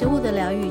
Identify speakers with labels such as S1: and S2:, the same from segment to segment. S1: 育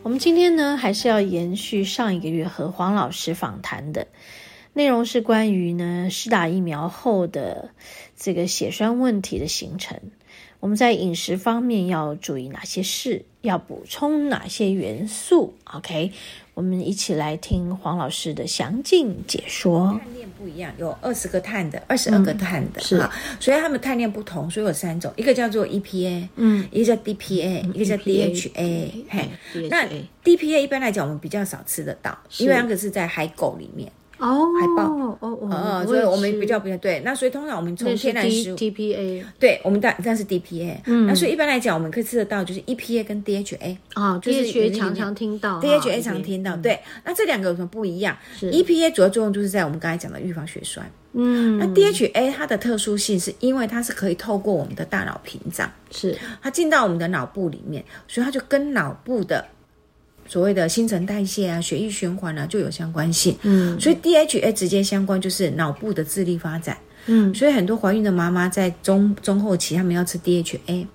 S1: 我们今天呢，还是要延续上一个月和黄老师访谈的内容，是关于呢施打疫苗后的这个血栓问题的形成。我们在饮食方面要注意哪些事，要补充哪些元素？OK，我们一起来听黄老师的详尽解说。
S2: 碳链不一样，有二十个碳的，二十二个碳的，
S1: 是
S2: 哈，所以它们碳链不同，所以有三种，一个叫做 EPA，
S1: 嗯，E
S2: 一个叫 DPA，、一个叫 DHA，嘿，那 DPA 一般来讲我们比较少吃得到，
S1: 是
S2: 因为那个是在海狗里面，
S1: 哦，
S2: 海豹
S1: 哦哦，
S2: 呃，
S1: 也
S2: 所以我们
S1: 是
S2: 比较不对。那所以通常我们从
S1: 那是
S2: 天然
S1: D
S2: 食物，
S1: T P A
S2: 对我们当但是 DPA，、
S1: 嗯
S2: 那所以一般来讲我们可以吃得到就是 EPA 跟 DHA。
S1: 啊，
S2: 就是
S1: 这些
S2: 里面
S1: 常常听到啊
S2: DHA 常听到，，对，那这两个有什么不一样
S1: 嗯是
S2: ？EPA 主要作用就是在我们刚才讲的预防血栓，
S1: 嗯
S2: 那
S1: 嗯，
S2: DHA 它的特殊性是因为它是可以透过我们的大脑屏障，
S1: 是
S2: 它进到我们的脑部里面，所以它就跟脑部的所谓的新陈代谢啊、血液循环啊就有相关性。
S1: 嗯
S2: 所以 DHA 直接相关就是脑部的智力发展，
S1: 嗯
S2: 所以很多怀孕的妈妈在中中后期，她们要吃 DHA，baby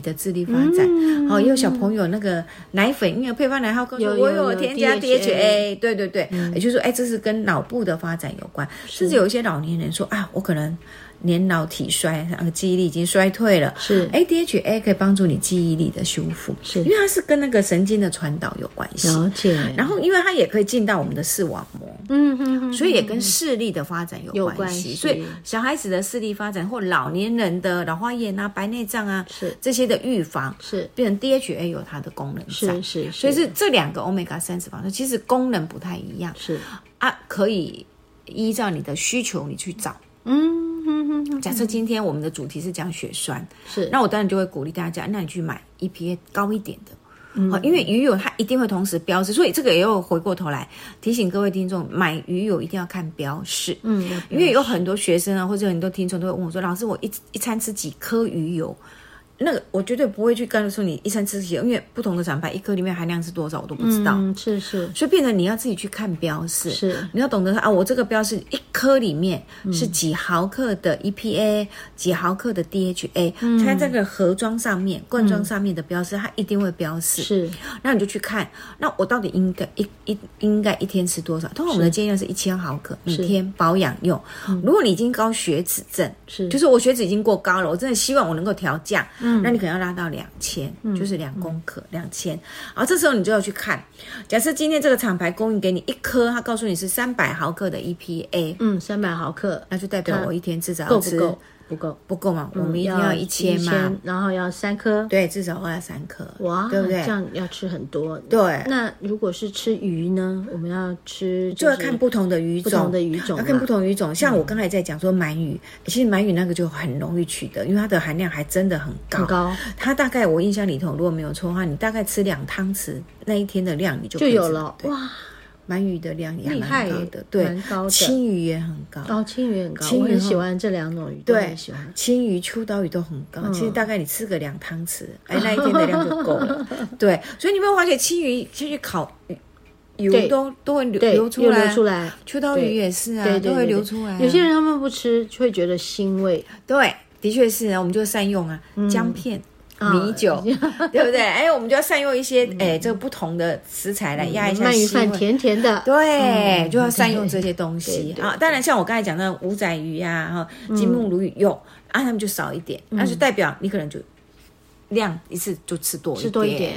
S1: 嗯，
S2: 的智力发展。
S1: 嗯
S2: 哦，也有小朋友那个奶粉，因为配方奶号告诉
S1: 有
S2: 我
S1: 有
S2: 我
S1: 有
S2: 有添加
S1: DHA
S2: DHA，对对对，
S1: 嗯
S2: 也就是说，哎，这是跟脑部的发展有关，甚至有一些老年人说啊，我可能年老体衰，啊，记忆力已经衰退了。
S1: 是
S2: 哎，DHA 可以帮助你记忆力的修复，
S1: 是哦
S2: 因为它是跟那个神经的传导有关系。
S1: 了解，
S2: 然后，因为它也可以进到我们的视网膜，
S1: 嗯嗯嗯，
S2: 所以也跟视力的发展有
S1: 有
S2: 关系。
S1: 关系
S2: 所以小孩子的视力发展，或老年人的老花眼啊、白内障啊
S1: 是
S2: 这些的预防，
S1: 是
S2: 变成 DHA 有它的功能在
S1: 是。是，
S2: 所以是这两个 omega 三脂肪酸其实功能不太一样
S1: 是
S2: 啊，可以依照你的需求你去找。
S1: 嗯嗯嗯
S2: 假设今天我们的主题是讲血栓，
S1: 是，
S2: 那我当然就会鼓励大家，那你去买 EPA 高一点
S1: 嗯
S2: 的，好、因为鱼油它一定会同时标示，所以这个也有回过头来提醒各位听众，买鱼油一定要看标示，
S1: 嗯
S2: 因为有很多学生啊，或者很多听众都会问我说，老师，我一一餐吃几颗鱼油？那个我绝对不会去告诉你一餐吃几颗，因为不同的厂牌一颗里面含量是多少我都不知道，
S1: 嗯是是
S2: 所以变成你要自己去看标示，
S1: 是
S2: 你要懂得啊，我这个标示一颗里面是几毫克的 EPA，、几毫克的 DHA，、它这个盒装上面、罐装上面的标示，它一定会标示。
S1: 是
S2: 那你就去看，那我到底应该一一应该一天吃多少？通常我们的建议量是嗯一千毫克，每天保养用。如果你已经高血脂症，
S1: 是，
S2: 就是我血脂已经过高了，我真的希望我能够调降。嗯，那你可能要拉到两千、
S1: 嗯
S2: 就是两公克，两千。好，这时候你就要去看，假设今天这个厂牌供应给你一颗，它告诉你是三百毫克的 EPA，
S1: 嗯三百毫克
S2: 那就代表我一天至少要
S1: 够
S2: 吃
S1: 不够？不够，
S2: 不够嘛？我们一定
S1: 要
S2: 要一千嘛？
S1: 1000，然后要三颗，
S2: 对，至少要三颗，
S1: 哇，
S2: 对不对
S1: 这？样要吃很多，
S2: 对，
S1: 那如果是吃鱼呢？我们要吃
S2: 就要
S1: 是
S2: 看不同的鱼
S1: 不
S2: 种，
S1: 同的鱼种啊嗯
S2: 要看
S1: 嘛
S2: 不同鱼种。像我刚才在讲说鳗鱼，其实鳗鱼那个就很容易取得，因为它的含量还真的很高。
S1: 很高
S2: 它大概我印象里头，如果没有错的话，你大概吃两汤匙那一天的量，你就
S1: 就
S2: 可以
S1: 有
S2: 吃
S1: 了
S2: 对，
S1: 哇，
S2: 鳗鱼的量也还
S1: 厉害
S2: 蛮高
S1: 耶
S2: 的，对
S1: 蛮高的，
S2: 青鱼也很高。
S1: 哦，青鱼很高，
S2: 青
S1: 我
S2: 鱼
S1: 很喜
S2: 哈
S1: 欢这两种鱼，都
S2: 对
S1: 很喜欢，
S2: 青鱼、秋刀鱼都很高，
S1: 嗯
S2: 其实大概你吃个两汤匙，哎，那一天的量就够了。 对，所以你有没有发觉青鱼去烤
S1: 对
S2: 油都都会流
S1: 对，
S2: 流出
S1: 又
S2: 来，
S1: 流出来。
S2: 秋刀
S1: 对
S2: 鱼也是啊，
S1: 对对
S2: 都会
S1: 对
S2: 流
S1: 对
S2: 出来啊、
S1: 有些人他们不吃，就会觉得腥味。
S2: 对，的确是啊，我们就善用啊，姜片。
S1: 嗯啊
S2: 米酒， 对不对？哎，我们就要善用一些哎，这个不同的食材来压一下
S1: 鳗嗯鱼
S2: 腥味
S1: 饭甜甜的，
S2: 对，就要善用
S1: 对
S2: 这些东
S1: 嗯对
S2: 西
S1: 对
S2: 啊。当然，像我刚才讲的五仔鱼啊、哈金目鲈鱼有
S1: 嗯
S2: 啊，他们就少一点，那就代表你可能就量一次就吃多一点，
S1: 吃多一点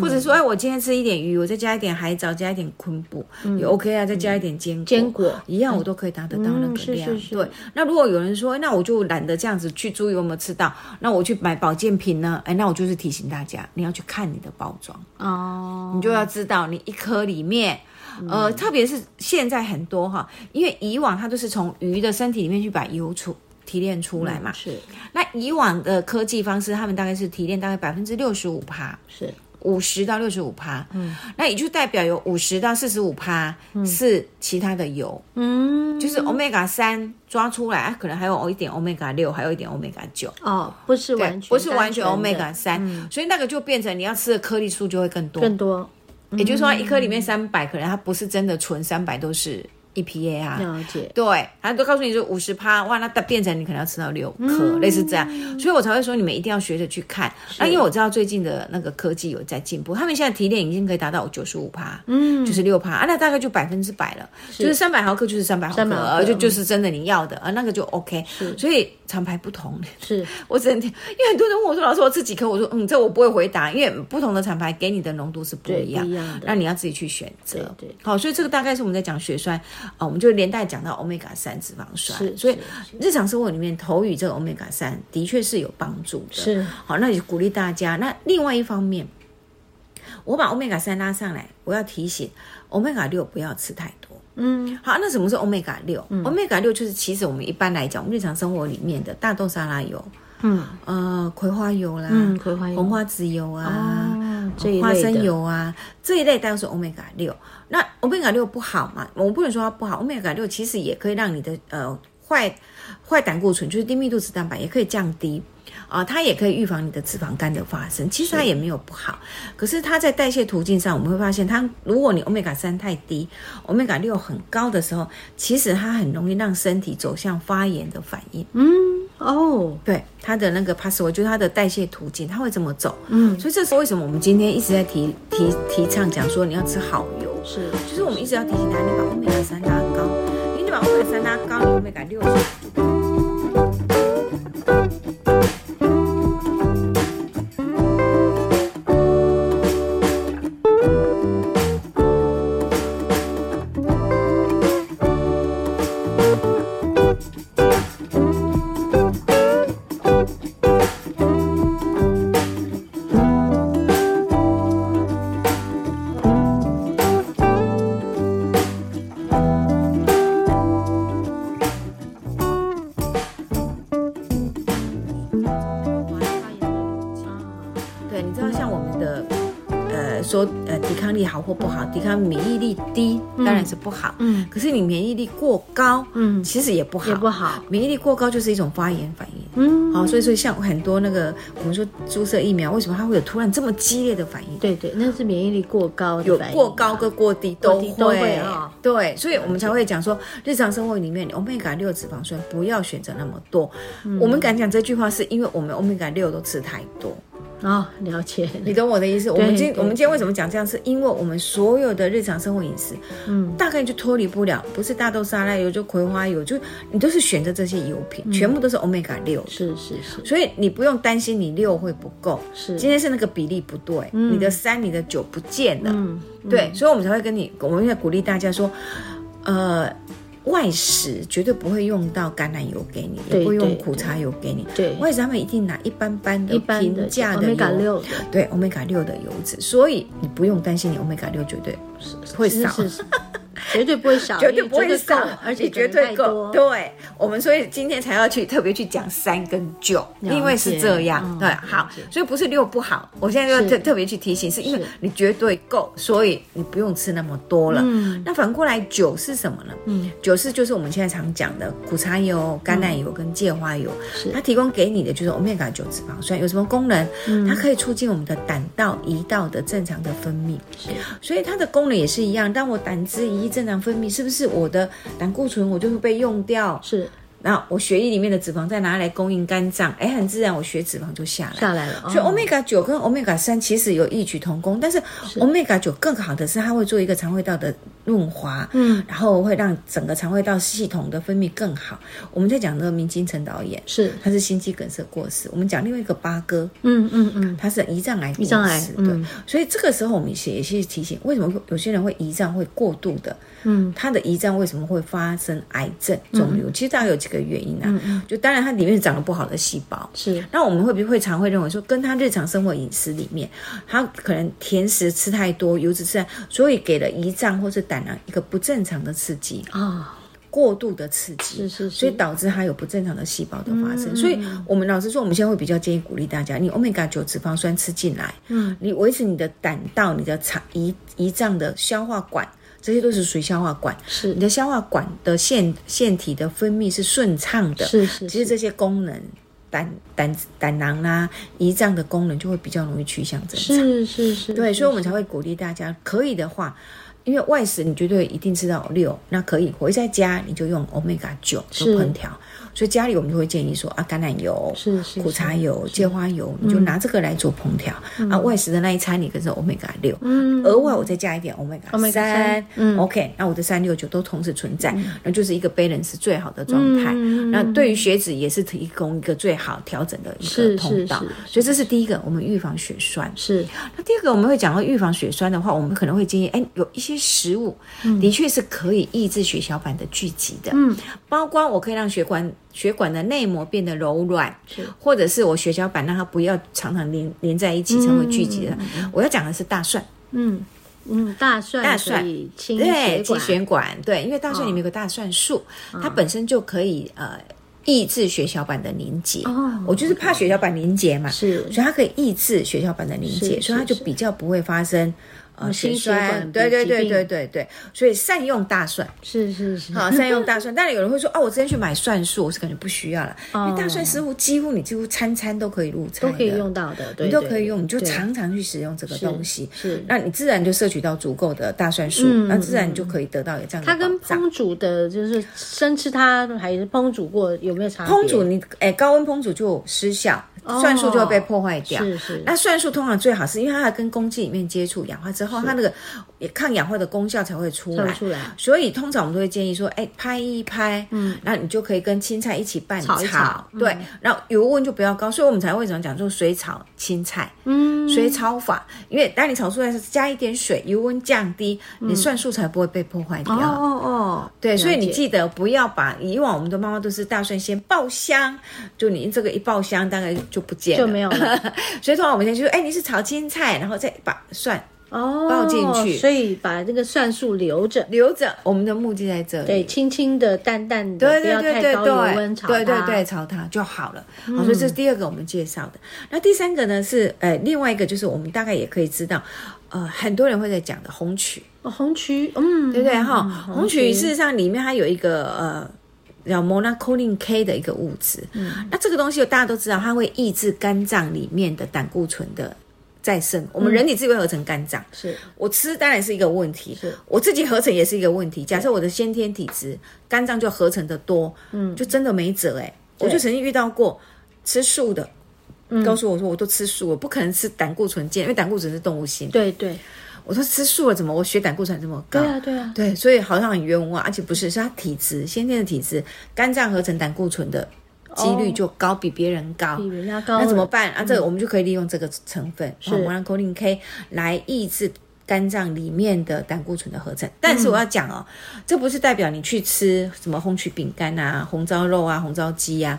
S2: 对，或者说哎，我今天吃一点鱼，我再加一点海藻，加一点昆布也 OK 啊，再加一点坚果
S1: 嗯坚果
S2: 一样，我都可以达得到那
S1: 嗯
S2: 个
S1: 是
S2: 量
S1: 是。是
S2: 对，那如果有人说，哎那我就懒得这样子去注意有没有吃到，那我去买保健品呢？哎，那我就是提醒大家，你要去看你的包装。
S1: 哦，
S2: 你就要知道你一颗里面，呃，
S1: 嗯
S2: 特别是现在很多哈，因为以往它都是从鱼的身体里面去把油出提炼出来嘛。
S1: 是
S2: 那以往的科技方式，他们大概是提炼大概百分之六十五趴，
S1: 是
S2: 五十到六十五趴，嗯，那也就代表有五十到四十五趴是其他的油，
S1: 嗯，
S2: 就是 omega 三抓出来，啊，可能还有一点 omega 六，还有一点 omega 九，
S1: 哦，不是
S2: 对
S1: 完全
S2: 不是完全
S1: 单纯的嗯
S2: omega 三、所以那个就变成你要吃的颗粒数就会更多，
S1: 更多，
S2: 也就是说一颗里面三百，可能它不是真的纯三百，都是 EPA 啊，
S1: 了解，
S2: 对，他都告诉你就五十趴，哇，那它变成你可能要吃到六颗，类似这样，所以我才会说你们一定要学着去看。那因为我知道最近的那个科技有在进步，他们现在提炼已经可以达到九十五趴，嗯，就是六趴啊，那大概就百分之百了，就是三百毫克就是三百毫
S1: 300
S2: 克，
S1: 毫克
S2: 就
S1: 嗯
S2: 就是真的你要的，啊，那个就 OK。所以厂牌不同，
S1: 是
S2: 我只能听，因为很多人问我说老师我吃几颗，我说嗯，这我不会回答，因为不同的厂牌给你的浓度是不
S1: 对
S2: 一样
S1: 不一样的
S2: 那你要自己去选择。
S1: 对对
S2: 好，所以这个大概是我们在讲血栓啊、我们就连带讲到 omega 三脂肪
S1: 是
S2: 酸，所以
S1: 是
S2: 日常生活里面投予这个 omega 三的确是有帮助的。
S1: 是，
S2: 好，那也鼓励大家。那另外一方面，我把 omega 三拉上来，我要提醒 omega 六不要吃太多。
S1: 嗯，
S2: 好，那什么是 omega 六、o m e g a 六就是其实我们一般来讲，我们日常生活里面的大豆沙拉油，
S1: 嗯
S2: 呃，葵花油啦，
S1: 嗯，葵花油
S2: 红花籽油啊。
S1: 哦这一类的
S2: 花生油啊，这一类当然是 omega 六。那 omega 六不好嘛？我不能说它不好，omega 六其实也可以让你的呃坏坏胆固醇，就是低密度脂蛋白，也可以降低啊、它也可以预防你的脂肪肝的发生。其实它也没有不好，可是它在代谢途径上，我们会发现它，如果你 omega 三太低，omega 六很高的时候，其实它很容易让身体走向发炎的反应。
S1: 哦，
S2: 对它的那个 pathway，就是它的代谢途径，它会怎么走？
S1: 嗯，
S2: 所以这是为什么我们今天一直在提提提倡讲说你要吃好油，
S1: 是，
S2: 就是我们一直要提醒他，你把 omega 三拉高，因为你把 omega 三拉高，你 omega 六是
S1: 啊
S2: 对，你知道像我们的，呃，说呃抵抗力好或不好，抵抗免疫力低当然是不好，
S1: 嗯
S2: 可是你免疫力过高，
S1: 嗯
S2: 其实也不好，
S1: 也不好，
S2: 免疫力过高就是一种发炎反应。
S1: 嗯，
S2: 好，所以说像很多那个我们说注射疫苗，为什么它会有突然这么激烈的反应？
S1: 对对，那是免疫力过高的
S2: 有
S1: 反应
S2: 过高跟过低都
S1: 过低都会啊
S2: 对，所以我们才会讲说，日常生活里面，omega 六脂肪酸不要选择那么多。
S1: 嗯
S2: 我们敢讲这句话，是因为我们 omega 六都吃太多。
S1: 哦，了解，
S2: 你懂我的意思？我们今
S1: 对
S2: 我们今天为什么讲这样？是因为我们所有的日常生活饮食，
S1: 嗯，
S2: 大概就脱离不了，不是大豆沙拉油，就葵花油，就你都是选择这些油
S1: 嗯
S2: 品，全部都是 omega 六。
S1: 是是是
S2: 所以你不用担心你六会不够，
S1: 是，
S2: 今天是那个比例不对，你的三、你的九不见了。
S1: 嗯，
S2: 对，所以我们才会跟你，我们在鼓励大家说，呃，外食绝对不会用到橄榄油给你，
S1: 对
S2: 也不会用
S1: 对
S2: 苦茶油给你，
S1: 对，
S2: 外食他们一定拿一般般的
S1: 一般的
S2: 平价的
S1: omega
S2: 油。
S1: 六的
S2: 对，omega 六的油脂，所以你不用担心你 omega 六绝对 会
S1: 是
S2: 少，
S1: 是是绝对不会 少，
S2: 绝对不
S1: 因
S2: 会
S1: 为
S2: 少
S1: 够，而且
S2: 你绝
S1: 可能
S2: 对
S1: 太
S2: 够。
S1: 多，
S2: 对，我们所以今天才要去特别去讲三跟九，
S1: 了
S2: 因为是这样。
S1: 解
S2: 对，
S1: 嗯
S2: 好
S1: 了解，
S2: 所以不是六不好，我现在就要特
S1: 是
S2: 特别去提醒，是因为
S1: 是
S2: 你绝对够，所以你不用吃那么多了。
S1: 嗯
S2: 那反过来九是什么呢？
S1: 嗯，
S2: 九是就是我们现在常讲的苦茶油、橄榄油跟芥花油，
S1: 是
S2: 它提供给你的就是 omega 九脂肪酸有什么功能？
S1: 嗯
S2: 它可以促进我们的胆道、胰道的正常的分泌，
S1: 是
S2: 所以它的功能也是一样。当我胆汁胰正常分泌，是不是我的胆固醇我就会被用掉？
S1: 是
S2: 那我血液里面的脂肪再拿来供应肝脏，哎，很自然我血脂肪就下来。
S1: 下来了，
S2: 所以
S1: 哦
S2: omega 九跟 omega 三其实有异曲同工，但是 omega 九更好的是它会做一个肠胃道的润滑，
S1: 嗯
S2: 然后会让整个肠胃道系统的分泌更好。我们在讲那个明金城导演，
S1: 是
S2: 他是心肌梗塞过世。我们讲另外一个八哥，
S1: 嗯嗯嗯
S2: 他是胰脏癌过
S1: 胰
S2: 世
S1: 脏癌
S2: 对、
S1: 嗯
S2: 所以这个时候我们也是也是提醒，为什么有些人会胰脏会过度的？
S1: 嗯
S2: 他的胰脏为什么会发生癌症、肿瘤？其实大概有几个原因啊，
S1: 嗯
S2: 就当然它里面长了不好的细胞。
S1: 是
S2: 那我们会不会常会认为说，跟他日常生活饮食里面，他可能甜食吃太多，油脂吃太，所以给了胰脏或是胆囊一个不正常的刺激。
S1: 啊
S2: 过度的刺激，
S1: 是是是
S2: 所以导致它有不正常的细胞的发生。
S1: 嗯嗯
S2: 所以我们老实说，我们现在会比较建议鼓励大家，你 omega 九脂肪酸吃进来，
S1: 嗯，
S2: 你维持你的胆道、你的肠胰胰脏的消化管，这些都是属于消化管，
S1: 是
S2: 你的消化管的腺腺体的分泌是顺畅的，
S1: 是是
S2: 其实
S1: 是
S2: 这些功能，胆胆胆囊啦、胰脏的功能就会比较容易趋向正常。
S1: 是是是，
S2: 对，
S1: 是
S2: 所以我们才会鼓励大家，可以的话，因为外食你绝对一定吃到六，那可以回在家你就用 omega 九
S1: 是
S2: 做烹调，所以家里我们就会建议说啊，橄榄油。
S1: 是是嗯
S2: 苦茶，油、芥花油，你就拿这个来做烹调、啊。外食的那一餐，你跟着 omega 六、
S1: 嗯，
S2: 额外我再加一点 omega
S1: omega 三
S2: 三、
S1: 嗯
S2: o k 那我的三六九都同时存在，那就是一个 balance 最好的状态。
S1: 嗯嗯嗯
S2: 那对于血脂也是提供一个最好调整的一
S1: 是
S2: 个通道，
S1: 是是
S2: 所以这是第一个，我们预防血栓。
S1: 是
S2: 那第二个，我们会讲到预防血栓的话，我们可能会建议，哎，有一些食物的确是可以抑制血小板的聚集的，
S1: 嗯，
S2: 包括我可以让血管血管的内膜变得柔软，
S1: 是
S2: 或者是我血小板让它不要常常连连在一起成为聚集的。我要讲的是大蒜，
S1: 嗯嗯，大蒜
S2: 大
S1: 可
S2: 蒜
S1: 以清
S2: 对，
S1: 血
S2: 清
S1: 管，
S2: 血管，对，因为大蒜里面有个大蒜素，
S1: 哦
S2: 它本身就可以呃抑制血小板的凝结。
S1: 哦
S2: 我就是怕血小板凝结嘛，
S1: 是
S2: 所以它可以抑制血小板的凝
S1: 是
S2: 结，所以它
S1: 是
S2: 就比较不会发生呃
S1: 心
S2: 血
S1: 血管
S2: 栓。对对
S1: 疾病
S2: 对对对对，所以善用大蒜，
S1: 是是是，
S2: 好，善用大蒜。当然有人会说，哦，我之前去买蒜素，我是感觉不需要了，因
S1: 哦
S2: 为大蒜似乎几乎你几乎餐餐都可以入菜
S1: 都
S2: 的，
S1: 可以用到的，对，
S2: 你都
S1: 对
S2: 可以用，你就
S1: 对
S2: 常常去使用这个
S1: 是
S2: 东西。
S1: 是。
S2: 那你自然就摄取到足够的大蒜素，
S1: 嗯
S2: 那自然你就可以得到有这样的
S1: 它
S2: 保
S1: 跟
S2: 障。
S1: 烹煮的，就是生吃它还是烹煮过有没有差别？
S2: 烹煮你哎、高温烹煮就失效，
S1: 哦
S2: 蒜素就会被破坏掉。
S1: 是是，
S2: 那蒜素通常最好是因为它要跟空气里面接触氧化之后，它那个也抗氧化的功效才会出
S1: 算
S2: 来。
S1: 出来
S2: 所以通常我们都会建议说，哎，拍一拍，嗯，那你就可以跟青菜一起拌
S1: 炒一炒
S2: 对，然后油温就不要高，所以我们才会常讲说水炒青菜，嗯，水炒法，因为当你炒出来是加一点水，油温降低，你蒜素才不会被破坏掉。
S1: 哦，
S2: 对，所以你
S1: 了解
S2: 记得不要把以往我们的妈妈都是大蒜先爆香，就你这个一爆香，大概就不见了，
S1: 就没有了。
S2: 所以通常我们先就说，哎，你是炒青菜，然后再把蒜
S1: 哦，
S2: 爆进去
S1: 所以把那个蒜素留着，
S2: 留着。我们的目的在这里。
S1: 对，轻轻的、淡淡的，
S2: 对
S1: 不要
S2: 对
S1: 太
S2: 对对
S1: 高油温炒
S2: 对，对对
S1: 它嗯
S2: 对，炒它就好了。好，所以这是第二个我们介绍的。那第三个呢是，呃，另外一个就是我们大概也可以知道，呃，很多人会在讲的红曲，
S1: 哦红曲，嗯，
S2: 对不对
S1: 嗯
S2: 哈？
S1: 嗯
S2: 红曲事实上里面它有一个呃。叫 monacolin K 的一个物质，
S1: 嗯
S2: 那这个东西大家都知道，它会抑制肝脏里面的胆固醇的再生。我们
S1: 嗯
S2: 人体自己会合成肝脏，
S1: 是
S2: 我吃当然是一个问题
S1: 是，
S2: 我自己合成也是一个问题。假设我的先天体质，肝脏就合成的多，嗯，就真的没辙哎、我就曾经遇到过吃素的，
S1: 嗯
S2: 告诉我说我都吃素，我不可能吃胆固醇健，因为胆固醇是动物性。
S1: 对对
S2: 我说吃素了怎么我血胆固醇这么高？
S1: 对啊对啊，
S2: 对所以好像很冤枉，而且不是是他体质先天的体质，肝脏合成胆固醇的几率就高，比别人高。
S1: 比人家高了，嗯
S2: 那怎么办啊？这个我们就可以利用这个成分，好，我让 c o l i n K 来抑制肝脏里面的胆固醇的合成。但
S1: 嗯
S2: 是我要讲哦，这不是代表你去吃什么红曲饼干啊、红烧肉啊、红烧鸡啊，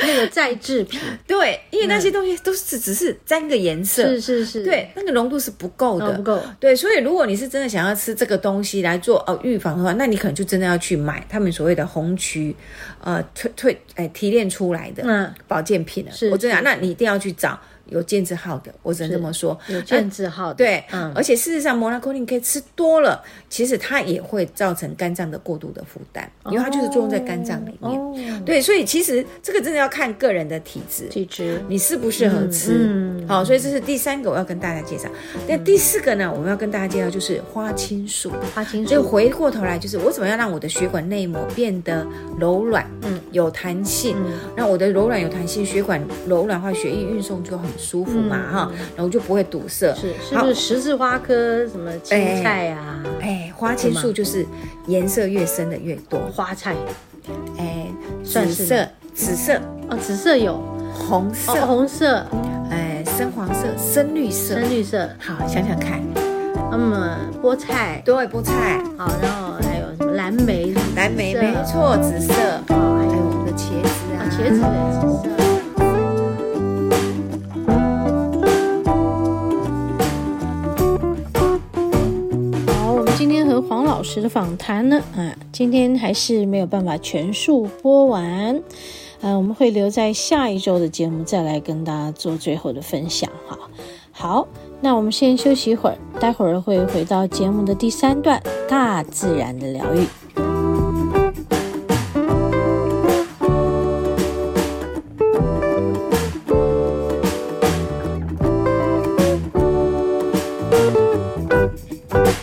S1: 那个再制品？
S2: 对，因为那些东西都是只是沾个颜色，
S1: 嗯是是 是，
S2: 对，那个浓度是不够
S1: 哦，
S2: 的，
S1: 不够，
S2: 对，所以如果你是真的想要吃这个东西来做呃预防的话，那你可能就真的要去买他们所谓的红曲，呃推推哎提炼出来的
S1: 嗯
S2: 保健品了。
S1: 是
S2: 我真的啊，那你一定要去找有健字号的，我只能这么说。
S1: 有限制号的，
S2: 哎对，
S1: 嗯，
S2: 而且事实上，摩拉克林 K 吃多了，其实它也会造成肝脏的过度的负担，因为它就是作用在肝脏里面。
S1: 面，
S2: 对，所以其实这个真的要看个人的体质。
S1: 体质
S2: 你适不适合吃？
S1: 嗯
S2: 好，所以这是第三个我要跟大家介绍。那第四个呢，我们要跟大家介绍就是花青素。
S1: 花青
S2: 所以
S1: 素，
S2: 回过头来，就是我怎么样让我的血管内膜变得柔软，
S1: 嗯
S2: 嗯，有弹性，
S1: 嗯
S2: 让我的柔软有弹性，血管柔软化，血液运送就很舒服嘛，
S1: 嗯
S2: 哈、然后就不会堵塞。
S1: 是是
S2: 好
S1: 不是十字花科什么青菜啊、
S2: 哎，花青素就是颜色越深的越多，
S1: 花菜？
S2: 哎，紫
S1: 算是
S2: 色、紫色、
S1: 哦，紫色有，
S2: 红色
S1: 哦，，红色、
S2: 哎，深黄色、深绿色。
S1: 深绿色，
S2: 好，想想看，
S1: 那么菠菜，
S2: 对，菠菜。
S1: 好，然后还有什么蓝莓，
S2: 蓝莓
S1: 紫色
S2: 没错，紫色，
S1: 哦，还
S2: 还
S1: 有
S2: 有我们的茄子
S1: 啊
S2: 啊，
S1: 茄子也紫色。好，我们今天和黄老老师的访谈呢，啊，今天还是没有办法全数播完，呃，我们会留在下一周的节目再来跟大家做最后的分享哈。好，那我们先休息一会儿，待会儿会回到节目的第三段——大自然的疗愈。
S3: Thank you.